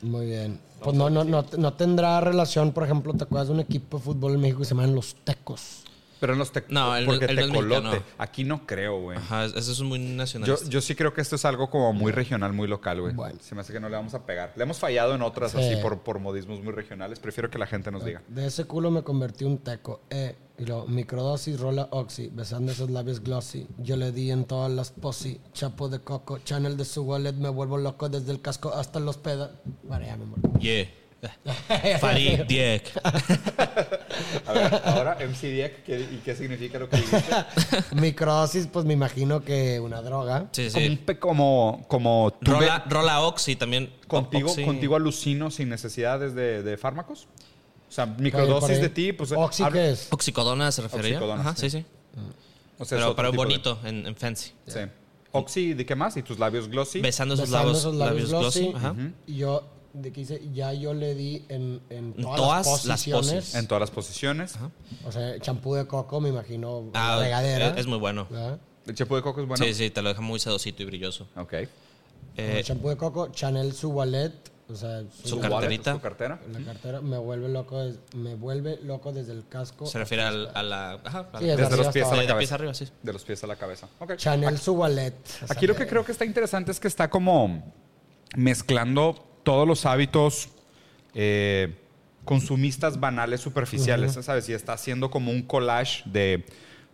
S1: Muy bien. Pues no, no, no, no tendrá relación, por ejemplo, ¿te acuerdas de un equipo de fútbol en México que se llaman los Tecos?
S3: Pero en los tecos.
S2: No, el-
S3: porque
S2: el no es
S3: tecolote.
S2: mexicano.
S3: Aquí no creo, güey.
S2: Ajá, eso es muy
S3: Yo,
S2: nacionalista.
S3: yo sí creo que esto es algo como muy regional, muy local, güey.
S1: Bueno.
S3: Se me hace que no le vamos a pegar. Le hemos fallado en otras
S1: Sí.
S3: así por, por modismos muy regionales. Prefiero que la gente nos diga.
S1: De ese culo me convertí un teco. Eh, y luego, microdosis, rola oxy, besando esos labios glossy. Yo le di en todas las posi, chapo de coco, channel de su wallet, me vuelvo loco desde el casco hasta los pedos. Bueno, ya me muero.
S2: Yeah. Farid, Diek.
S3: A ver, ahora MCD, ¿qué, ¿y qué significa lo que dijiste?
S1: microdosis, pues me imagino que una droga.
S2: Sí,
S3: Como, un
S2: sí.
S3: pe- como, como tuve-
S2: Rola, rola Oxy también.
S3: contigo,
S2: Oxy.
S3: contigo alucino sin necesidades de, de fármacos. O sea,
S1: Por
S3: microdosis
S1: ahí.
S3: de ti, pues.
S1: Oxy,
S3: hablo-
S1: ¿qué es?
S2: Oxicodona se refería.
S3: Oxicodona,
S2: Ajá, sí, sí.
S3: O sea, es
S2: Pero,
S3: otro
S2: pero
S3: tipo de-
S2: bonito, en, en fancy.
S3: Sí. Oxy, ¿de qué más? Y tus labios glossy.
S2: Besando sus
S1: Besando
S2: labios,
S1: esos
S2: labios glossy. Ajá.
S1: Y yo, de que hice, ya yo le di en, en
S2: En
S1: todas,
S2: todas las
S1: las posiciones.
S2: posis.
S3: En todas las posiciones.
S1: O sea, champú de coco, me imagino,
S2: Ah,
S1: la regadera.
S2: es, es muy bueno.
S1: ¿verdad?
S3: El chapo de coco es bueno.
S2: Sí, sí, te lo deja muy sedosito y brilloso.
S3: Ok.
S2: Eh,
S1: Champú de coco, Chanel su wallet, O sea,
S2: Su
S1: sí,
S3: wallet,
S2: carterita.
S3: Su cartera.
S1: La cartera me vuelve loco, des- me vuelve loco desde el casco.
S2: Se refiere al- a la. Ajá, a la-
S1: Sí, es
S3: Desde
S1: arriba
S3: los
S1: hasta
S3: pies a
S1: abajo.
S3: la
S2: de
S3: cabeza.
S2: pies arriba, sí.
S3: De los pies a la cabeza. Ok.
S1: Chanel su wallet.
S3: Aquí lo que creo que está interesante es que está como mezclando todos los hábitos eh, consumistas banales superficiales, ¿sabes? Y está haciendo como un collage de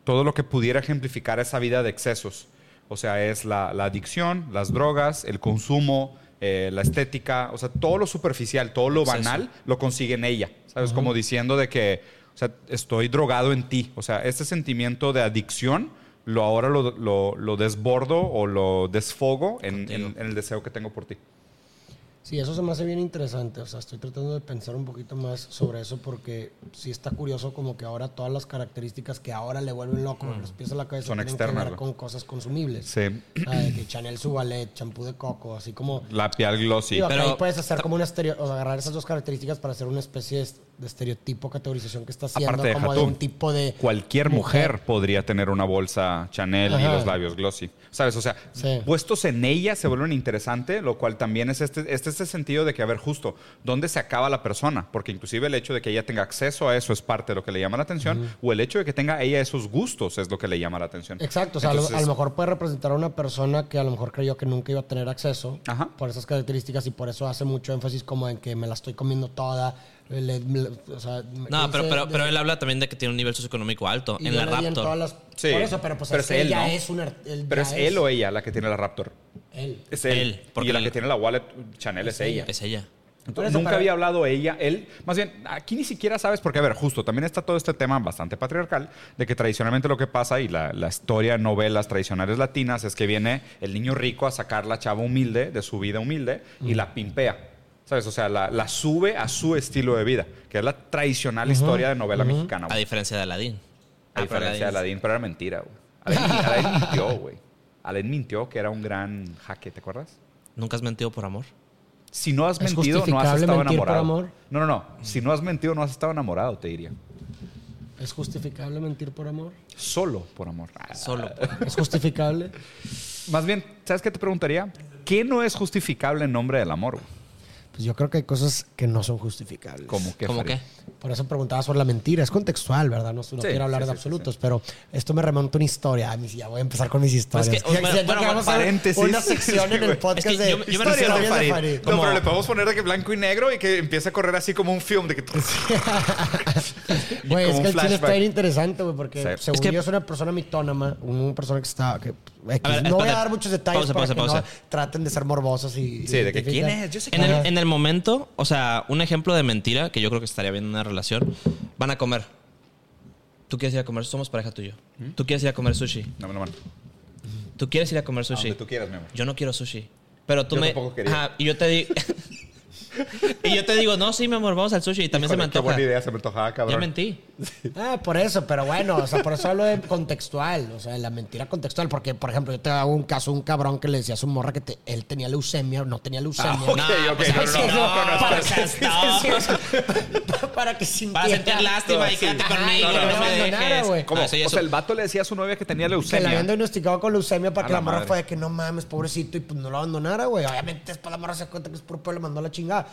S3: todo lo que pudiera ejemplificar esa vida de excesos. O sea, es la, la adicción, las drogas, el consumo, eh, la estética, o sea, todo lo superficial, todo lo
S2: Exceso.
S3: banal lo consigue en ella, ¿sabes? Como diciendo de que, o sea, estoy drogado en ti. O sea, este sentimiento de adicción, lo ahora lo, lo- lo desbordo o lo desfogo en,
S2: Contigo.
S3: en- en el deseo que tengo por ti.
S1: Sí, eso se me hace bien interesante. O sea, estoy tratando de pensar un poquito más sobre eso porque sí está curioso como que ahora todas las características que ahora le vuelven loco los pies a la cabeza
S3: Mm. Son
S1: tienen
S3: externas,
S1: que ver
S3: ¿no?
S1: con cosas consumibles.
S3: Sí.
S1: O sea, de que Chanel su ballet, champú de coco, así como...
S3: La piel glossy.
S1: Digo, acá
S2: pero-
S1: ahí puedes hacer como un estereo... O sea, agarrar esas dos características para hacer una especie de- de estereotipo, categorización que está haciendo
S3: Aparte, deja
S1: como de
S3: tú.
S1: un tipo de...
S3: Cualquier mujer, podría tener una bolsa Chanel y
S1: Ajá.
S3: los labios glossy. ¿Sabes? O sea,
S1: Sí.
S3: puestos en ella se vuelven interesantes, lo cual también es este, este, este sentido de que, a ver, justo, ¿dónde se acaba la persona? Porque inclusive el hecho de que ella tenga acceso a eso es parte de lo que le llama la atención, o el hecho de que tenga ella esos gustos es lo que le llama la atención.
S1: Exacto, o sea, a lo- a, lo,
S3: Entonces,
S1: mejor puede representar a una persona que a lo mejor creyó que nunca iba a tener acceso
S3: Ajá.
S1: por esas características y por eso hace mucho énfasis como en que me la estoy comiendo toda. le- le- o sea, me-
S2: No, pero,
S1: dice-
S2: pero,
S1: de-
S2: pero él habla también de que tiene un nivel socioeconómico alto.
S1: y
S2: en
S1: yo
S2: la
S1: le di en todas
S2: Raptor.
S1: las-
S3: Sí,
S1: Por eso, pero pues
S3: pero
S1: es
S3: es
S1: que
S3: él,
S1: ya
S3: ¿no?
S1: es un... ar- él
S3: Pero
S1: ya
S3: es él o ella la que tiene la Raptor.
S1: Él.
S3: Es él.
S2: Él, porque
S3: y la
S2: la-
S3: que tiene la wallet Chanel es, ella.
S2: Es ella.
S1: Por
S3: Entonces,
S1: eso,
S3: nunca
S1: pero-
S3: había hablado ella, él. Más bien, aquí ni siquiera sabes, porque, a ver, justo, también está todo este tema bastante patriarcal, de que tradicionalmente lo que pasa, y la, la historia, novelas tradicionales latinas, es que viene el niño rico a sacar la chava humilde de su vida humilde y
S1: Mm.
S3: la pimpea. ¿Sabes? O sea, la, la sube a su estilo de vida, que es la tradicional historia de novela mexicana.
S2: A
S3: güey.
S2: diferencia de Aladdin.
S3: A
S2: Ah, pero
S3: diferencia de Aladdin, pero era mentira, güey. Aladdin, Aladdin mintió, güey. Aladdin mintió que era un gran jaque, ¿te acuerdas?
S2: ¿Nunca has mentido por amor?
S3: Si no has
S1: ¿Es
S3: mentido, no has
S1: justificable
S3: estado
S1: mentir por
S3: enamorado.
S1: amor?
S3: No, no, no. Si no has mentido, no has estado enamorado, te diría.
S1: ¿Es justificable mentir por amor?
S3: Solo por amor. Ah.
S2: Solo. pues, por-
S1: ¿Es justificable?
S3: Más bien, ¿sabes qué te preguntaría? ¿Qué no es justificable en nombre del amor? güey?
S1: pues yo creo que hay cosas que no son justificables.
S3: ¿Cómo que?
S2: ¿Cómo
S3: Farid?
S2: qué?
S1: Por eso preguntaba sobre la mentira. Es contextual, ¿verdad? No, no quiero hablar
S3: sí,
S1: de
S3: sí, sí,
S1: absolutos, pero esto me remonta a una historia. Ay, mis- ya voy a empezar con mis historias.
S2: Pues que-
S1: Ya
S2: bueno,
S1: siento
S2: bueno,
S1: que vamos a hacer
S3: paréntesis.
S1: Una sección en el podcast
S2: Es que
S1: de
S2: yo- yo me
S1: historias
S2: refiero a
S1: de
S3: Farid.
S1: Farid.
S3: No, pero le podemos poner de que blanco y negro y que empiece a correr así como un film de que...
S1: Güey,
S3: como
S1: es
S3: un
S1: que el chile está
S3: flashback.
S1: bien interesante, güey, porque
S3: Sí.
S1: según
S2: Es que-
S1: yo es una persona mitónama, una persona que está... que- X.
S2: A ver,
S1: no voy a
S2: espérate.
S1: dar muchos detalles
S2: Pausa,
S1: para
S2: pausa,
S1: que
S2: pausa.
S1: no traten de ser morbosos y...
S3: Sí, de que,
S1: identificar.
S3: ¿quién es? Yo sé
S2: En el,
S1: Ajá.
S2: en el momento, o sea, un ejemplo de mentira que yo creo que estaría bien en una relación. Van a comer. Tú quieres ir a comer, somos pareja tuyo.
S3: ¿Mm?
S2: Tú quieres ir a comer sushi.
S3: No, no, no.
S2: Tú quieres ir Pues a comer
S3: Donde
S2: sushi.
S3: tú quieras, mi amor.
S2: Yo no quiero sushi. Pero tú
S3: Yo
S2: me.
S3: tampoco quería.
S2: Ajá, y yo te digo. y yo te digo, no, sí, mi amor, vamos al sushi. Y también se me
S3: Híjole, Qué
S2: antoja.
S3: buena idea, se me antojaba, cabrón.
S2: Ya mentí.
S1: Ah, por eso, pero bueno, o sea, por eso hablo de contextual, o sea, de la mentira contextual, porque, por ejemplo, yo te hago un caso, un cabrón que le decía a su morra que te- él tenía leucemia, no tenía leucemia.
S3: Ah, ok,
S2: No,
S3: ok,
S2: pues,
S3: no,
S2: es
S3: no,
S2: que
S3: no,
S2: no,
S3: no, no,
S2: para
S3: espera.
S2: que estás-
S1: Para que sintiera...
S2: Para sentir lástima y
S3: sí.
S2: quédate
S1: Ajá,
S2: conmigo.
S1: y que
S2: no
S1: no
S2: me
S1: abandonara,
S2: dejes.
S1: güey.
S3: ¿Cómo?
S2: No, Ah, eso ya
S3: o
S2: es
S3: sea,
S2: un-
S3: el vato le decía a su novia que tenía
S1: Que la
S3: leucemia.
S1: habían diagnosticado con leucemia para
S3: A
S1: que
S3: la
S1: la morra
S3: madre.
S1: fue de que no mames, pobrecito, y pues no lo abandonara, güey. Obviamente después la morra se da cuenta que es puro pedo, le mandó a la chingada.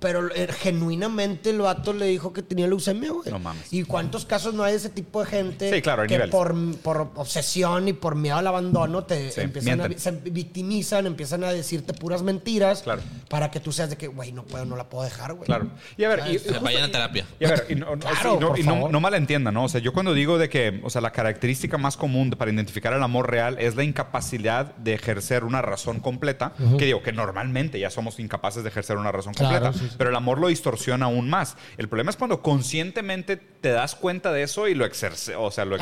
S1: Pero eh, genuinamente el vato le dijo que tenía leucemia, güey.
S3: No mames.
S1: ¿Y cuántos casos no hay de ese tipo de gente
S3: Sí, claro, hay
S1: que
S3: niveles.
S1: por, por obsesión y por miedo al abandono te
S3: Sí,
S1: empiezan a,
S3: mienten.
S1: se victimizan, empiezan a decirte puras mentiras
S3: Claro.
S1: para que tú seas de que, güey, no puedo, no la puedo dejar, güey.
S3: Claro. Y a ver, y-
S1: O sea,
S3: justo-
S2: Vayan a terapia.
S3: Y a ver, y no, no-
S1: Claro,
S3: y no-
S1: por
S3: y no-
S1: favor.
S3: no malentiendan, ¿no? O sea, yo cuando digo de que, o sea, la característica más común de- para identificar el amor real es la incapacidad de ejercer una razón completa, que digo que normalmente ya somos incapaces de ejercer una razón
S1: Claro,
S3: completa,
S1: sí, sí.
S3: pero el amor lo distorsiona aún más. El problema es cuando conscientemente te das cuenta de eso y lo exerce, o sea, lo
S1: Ah,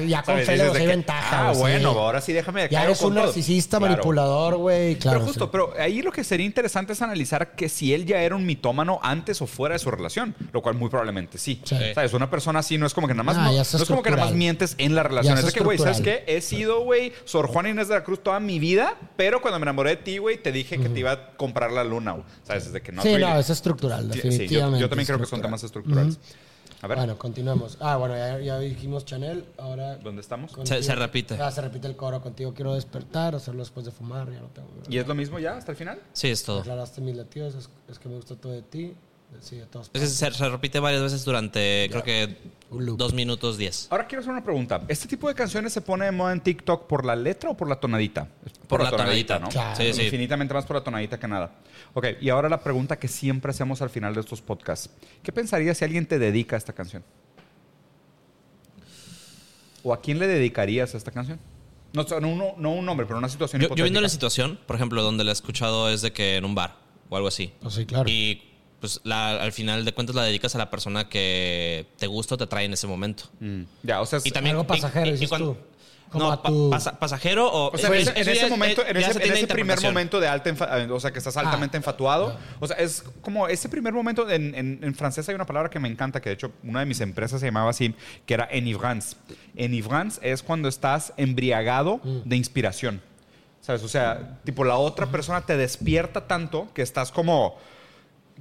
S1: ya- ya con
S3: ¿sabes?
S1: fe
S3: Dices
S1: le
S3: de
S1: doy
S3: que,
S1: ventaja,
S3: Ah,
S1: o
S3: bueno,
S1: sí.
S3: ahora sí déjame de
S1: Ya
S3: caer
S1: eres
S3: con
S1: un
S3: todo".
S1: narcisista,
S3: Claro.
S1: manipulador, güey. Claro,
S3: pero justo,
S1: sí.
S3: pero ahí lo que sería interesante es analizar que si él ya era un mitómano antes o fuera de su relación, lo cual muy probablemente sí.
S1: Sí.
S3: ¿Sabes? Una persona así no es como que nada más,
S1: Ah,
S3: no,
S1: ya
S3: no
S1: es
S3: es como que nada más
S1: estructural.
S3: mientes en la relación.
S1: Ya
S3: Es
S1: es
S3: de que, güey, ¿sabes qué?
S1: estructural.
S3: He sido, güey, Sor Juana Inés de la Cruz toda mi vida, pero cuando me enamoré de ti, güey, te dije que te iba a comprar la luna, güey. ¿Sabes? Es de que no.
S1: sí,
S3: really.
S1: no, es estructural,
S3: Sí, sí, yo-
S1: definitivamente.
S3: yo, también creo que son
S1: estructural.
S3: temas estructurales. A ver,
S1: Bueno, continuamos. Ah, bueno, ya, ya dijimos Chanel, ahora...
S3: ¿dónde estamos?
S1: contigo-
S2: se repite.
S1: Ah, se repite el coro. Contigo quiero despertar, hacerlo después de fumar, ya no tengo...
S3: ¿Y es lo mismo ya hasta el final?
S2: Sí, es todo.
S1: Aclaraste mis latidos, es, es que me gusta todo de ti. Sí, de todos.
S2: Pues Es que se, se repite varias veces durante, creo que,
S1: Un loop.
S2: dos minutos diez.
S3: Ahora quiero hacer una pregunta. ¿Este tipo de canciones se pone de moda en TikTok por la letra o por la tonadita?
S2: Por la tonadita.
S1: Claro.
S2: Sí, sí.
S3: Infinitamente más por la tonadita que nada. Ok, y ahora la pregunta que siempre hacemos al final de estos podcasts. ¿Qué pensarías si alguien te dedica a esta canción? ¿O a quién le dedicarías a esta canción? No, o sea, no, uno- no un nombre, pero una situación
S2: Yo, yo viendo la
S3: hipotética.
S2: situación, por ejemplo, donde la he escuchado es de que en un bar o algo así.
S1: Pues sí, claro.
S2: Y pues la- al final de cuentas la dedicas a la persona que te gusta o te atrae en ese momento.
S3: Mm, Ya, o sea, es-
S2: Y también
S1: Algo pasajero, dices tú. Como
S2: no,
S1: a
S2: pa-
S1: tu-
S2: pasa- pasajero o,
S3: O sea,
S2: eso-
S3: en ese- en
S2: eso
S3: ese
S2: ya-
S3: momento,
S2: ya
S3: en
S2: se
S3: ese, en
S2: tiene
S3: ese primer
S2: interpretación. Ah.
S3: momento de alta, enfa- eh, o sea, que estás altamente enfatuado, o sea, es como ese primer momento, en, en- en francés hay una palabra que me encanta, que de hecho una de mis empresas se llamaba así, que era enivrance. Enivrance es cuando estás embriagado
S2: Mm.
S3: de inspiración, ¿sabes? O sea, tipo la otra persona te despierta tanto que estás como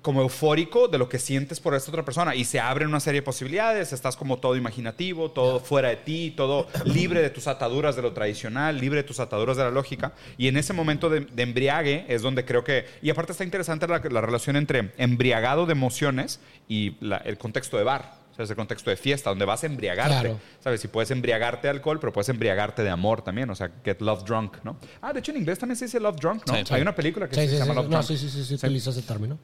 S3: como eufórico de lo que sientes por esta otra persona y se abren una serie de posibilidades, estás como todo imaginativo, todo fuera de ti, todo libre de tus ataduras de lo tradicional, libre de tus ataduras de la lógica y en ese momento de, de embriague es donde creo que, y aparte está interesante la, la relación entre embriagado de emociones y la- el contexto de bar. O sea, ese contexto de fiesta, donde vas a embriagarte.
S1: Claro.
S3: ¿Sabes? Si puedes embriagarte de alcohol, pero puedes embriagarte de amor también. O sea, get love drunk, ¿no? Ah, de hecho en inglés también se dice love drunk, ¿no?
S2: Sí, sí.
S3: Hay una película que
S1: Sí,
S3: se
S1: sí, sí,
S3: llama
S1: sí.
S3: Love
S1: No,
S3: Drunk.
S1: sí, sí, sí, sí, utilizo ese término.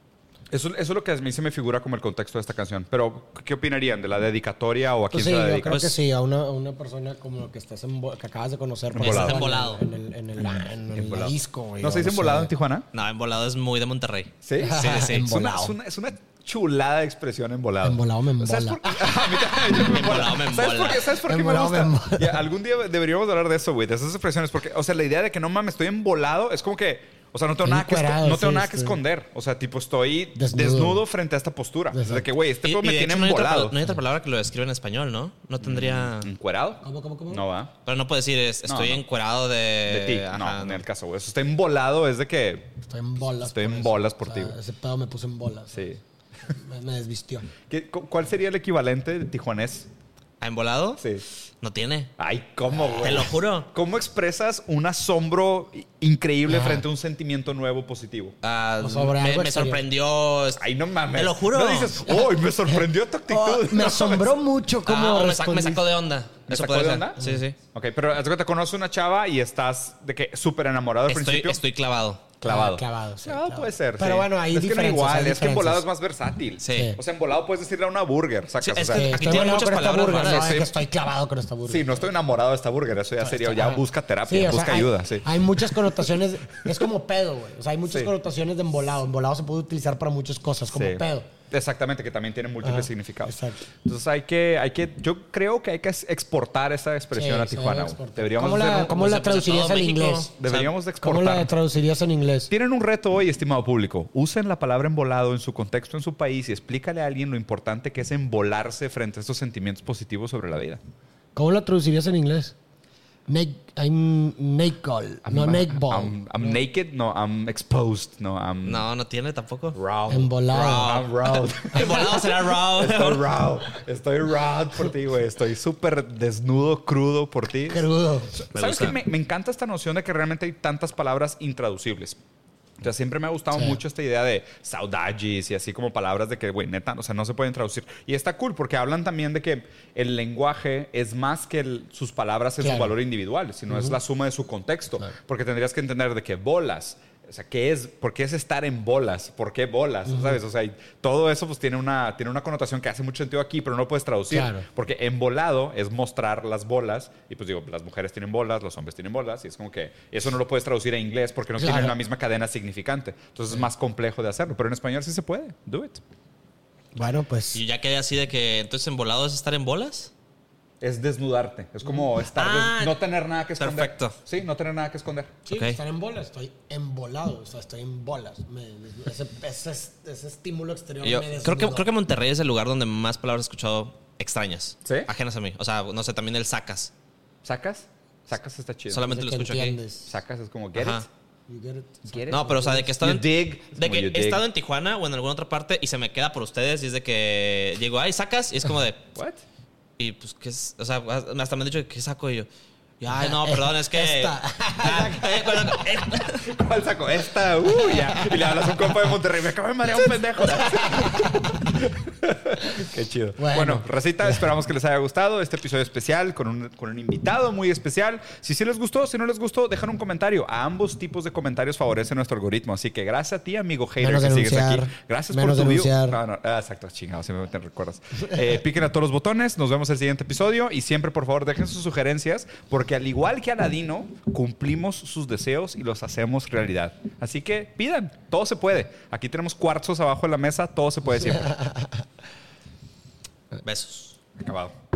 S3: Eso, eso es lo que a mí se me figura como el contexto de esta canción. Pero, ¿qué opinarían? ¿De la dedicatoria o a quién
S1: Pues sí,
S3: se la
S1: yo
S3: dedica?
S1: creo que
S2: Pues-
S1: sí, a una, a una persona como que estás en que acabas de conocer. por
S3: Embolado.
S1: ejemplo,
S2: Embolado.
S1: En el, en el, en el- en el
S3: Embolado.
S1: disco, güey,
S3: Ah, ¿No
S1: o
S3: se dice
S1: sea,
S3: volado en Tijuana?
S2: No, embolado es muy de Monterrey.
S3: Sí.
S2: Sí, sí.
S3: Es una,
S1: Embolado.
S3: es una- es una chulada de expresión en volado.
S1: Embolado me
S3: ¿Sabes
S1: embola.
S3: por qué? A mí también, yo me
S2: Embolado me
S3: embola. ¿Sabes por
S2: embola.
S3: qué? ¿Sabes por qué me
S1: Embolado me
S3: gusta?
S1: embola.
S3: Ya, algún día deberíamos hablar de eso, güey. De esas expresiones. Porque, o sea, la idea de que no mames, estoy embolado es como que... O sea, no tengo,
S1: Estoy
S3: nada que, esco-
S1: encuerado,
S3: no tengo
S1: sí,
S3: nada que
S1: estoy-
S3: esconder. O sea, tipo, estoy desnudo,
S1: Desnudo.
S3: frente a esta postura. O sea, de
S1: Exacto.
S3: que, güey, este
S2: Y-
S3: pedo
S2: y
S3: me
S2: de
S3: tiene
S2: hecho, no hay otra
S3: embolado.
S2: pala- No hay otra palabra que lo describa en español, ¿no? No tendría...
S3: ¿Encuerado?
S1: ¿Cómo, cómo, cómo?
S3: No va.
S2: Pero no puedo decir, es-
S3: No,
S2: estoy
S3: no.
S2: encuerado de...
S3: De ti.
S2: Eh, Ajá,
S3: no, en el caso, güey. Eso está embolado, es de que.
S1: Estoy en bolas.
S3: Estoy
S1: por
S3: en
S1: eso.
S3: bolas por
S1: O sea,
S3: ti, güey.
S1: Ese pedo me puso en bolas.
S3: Sí.
S1: Me, me desvistió.
S3: ¿Qué- cu- ¿Cuál sería el equivalente de tijuanés?
S2: ¿Ah, embolado?
S3: Sí.
S2: No tiene.
S3: Ay, ¿cómo, güey?
S2: Te lo juro.
S3: ¿Cómo expresas un asombro i- increíble
S1: Ah.
S3: frente a un sentimiento nuevo positivo?
S2: Ah,
S1: O sobre
S2: me,
S1: algo
S2: me
S1: exterior.
S2: sorprendió. es-
S3: Ay, no mames.
S2: Te lo juro. Oh,
S3: No dices, ¡Uy, me sorprendió tu actitud!
S1: Oh, me
S3: No
S1: asombró
S3: mames.
S1: mucho
S2: Ah,
S1: cómo
S2: o me, sac- me
S1: respondí.
S2: sacó de onda.
S3: ¿Me
S2: Eso
S3: sacó
S2: puede
S3: de
S2: ser.
S3: onda?
S2: Sí, sí.
S3: Ok, pero haz de cuenta, conoces una chava y estás de que súper enamorado al
S2: Estoy,
S3: principio.
S2: estoy clavado.
S3: Clavado.
S1: Ah, clavado, sí,
S3: Clavado
S1: clavado.
S3: puede ser.
S1: Pero
S3: sí.
S1: bueno, ahí
S3: Es que no
S1: diferencias,
S3: igual,
S1: hay
S3: es que en volado
S1: diferencias.
S3: es más versátil.
S2: Sí.
S1: Sí.
S3: O sea, en volado puedes decirle a una burger, sacas.
S2: Sí,
S3: o
S2: es
S3: sea,
S2: que-
S1: Sí,
S2: Aquí
S1: estoy
S2: tiene
S1: volado
S2: muchas
S1: con esta
S2: palabras
S1: burger. No,
S2: raras,
S1: es
S3: sí.
S1: que estoy clavado con esta burger.
S3: Sí, no estoy enamorado de esta burger, eso ya sería, ya
S1: Ajá.
S3: busca
S1: Sí,
S3: terapia,
S1: o sea,
S3: busca
S1: hay-
S3: ayuda, sí.
S1: Hay muchas connotaciones, es como pedo, güey. O sea, hay muchas
S3: Sí.
S1: connotaciones de embolado. Embolado se puede utilizar para muchas cosas, como
S3: Sí.
S1: pedo.
S3: Exactamente, que también tiene múltiples
S1: Ajá,
S3: significados.
S1: exacto.
S3: Entonces hay que, hay que, yo creo que hay que exportar esa expresión
S1: Sí,
S3: a
S1: sí,
S3: Tijuana.
S1: exportar.
S3: Deberíamos
S1: ¿Cómo
S3: hacer
S1: la,
S3: un-
S1: cómo
S2: o sea,
S1: la
S2: pues, en
S1: traducirías
S2: todo
S1: al
S2: México.
S1: inglés?
S3: Deberíamos de
S1: ¿Cómo la
S3: exportar.
S1: traducirías en inglés?
S3: Tienen un reto hoy, estimado público. Usen la palabra embolado en su contexto, en su país y explícale a alguien lo importante que es embolarse frente a estos sentimientos positivos sobre la vida.
S1: ¿Cómo la traducirías en inglés? Nake, I'm naked ball,
S3: I'm-
S1: no naked
S3: I'm,
S1: ball.
S3: I'm naked, no, I'm exposed, no, I'm
S2: No, no tiene tampoco.
S3: Mm. raw.
S1: Embolado.
S3: I'm raw.
S2: Embolado será raw.
S3: Estoy raw. Estoy raw por ti, güey. Estoy súper desnudo, crudo por ti.
S1: Crudo.
S2: Me
S3: ¿Sabes
S2: gusta.
S3: qué? Me, me encanta esta noción de que realmente hay tantas palabras intraducibles. O sea, siempre me ha gustado
S1: Sí.
S3: mucho esta idea de saudades y así como palabras de que, güey, neta, o sea, no se pueden traducir. Y está cool porque hablan también de que el lenguaje es más que el- sus palabras en su
S1: Claro.
S3: valor individual, sino es la suma de su contexto. Porque tendrías que entender de que bolas, o sea, ¿qué es? ¿Por qué es estar en bolas? ¿Por qué bolas? ¿Sabes? O sea, y todo eso pues tiene una, tiene una connotación que hace mucho sentido aquí, pero no lo puedes traducir.
S1: Claro.
S3: Porque embolado es mostrar las bolas. Y pues digo, las mujeres tienen bolas, los hombres tienen bolas. Y es como que eso no lo puedes traducir a inglés porque no
S1: Claro.
S3: tienen la misma cadena significante. Entonces es más complejo de hacerlo. Pero en español sí se puede. Do it.
S1: Bueno, pues.
S2: Y ya quedé así de que, entonces, embolado es estar en bolas.
S3: Es desnudarte. Es como estar.
S2: Ah,
S3: des- no tener nada que esconder.
S2: perfecto.
S3: Sí, no tener nada que esconder.
S1: Sí,
S2: Ok.
S1: estar en bolas, estoy embolado, o sea, estoy en bolas. Me- ese, ese- ese estímulo exterior
S2: Yo
S1: me
S2: creo que,
S1: desnudó.
S2: creo que Monterrey es el lugar donde más palabras he escuchado extrañas.
S3: ¿Sí?
S2: Ajenas a mí. O sea, no sé, también el sacas.
S3: ¿Sacas? Sacas está chido.
S2: Solamente
S1: Desde
S2: lo
S1: que
S2: escucho aquí.
S1: entiendes.
S3: Sacas es como get
S2: Ajá.
S3: it.
S1: You get it.
S2: No, pero o sea, de que he estado,
S3: You
S2: en,
S3: dig.
S2: de
S3: Como
S2: que
S3: you
S2: he
S3: dig.
S2: estado en Tijuana o en alguna otra parte y se me queda por ustedes y es de que llego, ay, sacas y es como de,
S3: What?
S2: y pues, ¿qué es? O sea, hasta me han dicho, ¿qué saco? Y yo, y, ay, no, perdón, es que...
S1: Esta.
S2: Ah, eh, bueno, eh,
S3: ¿Cuál saco? Esta, uh, ya. Y le hablas a un compa de Monterrey. Me acabo de marear un pendejo. Qué chido.
S1: Bueno.
S3: Bueno, Racita, esperamos que les haya gustado este episodio especial con un, con un invitado muy especial. Si sí les gustó, si no les gustó, dejan un comentario. A ambos tipos de comentarios favorece nuestro algoritmo. Así que gracias a ti, amigo hater,
S1: Menos
S3: que
S1: denunciar,
S3: sigues aquí. Gracias
S1: menos
S3: por tu view.
S1: denunciar.
S3: No, no, ah, exacto, chingado, siempre te recuerdas. Eh, piquen a todos los botones, nos vemos el siguiente episodio y siempre, por favor, dejen sus sugerencias porque al igual que Aladino, cumplimos sus deseos y los hacemos realidad. Así que pidan, todo se puede. Aquí tenemos cuarzos abajo en la mesa, todo se puede siempre.
S2: besos.
S3: Acabado.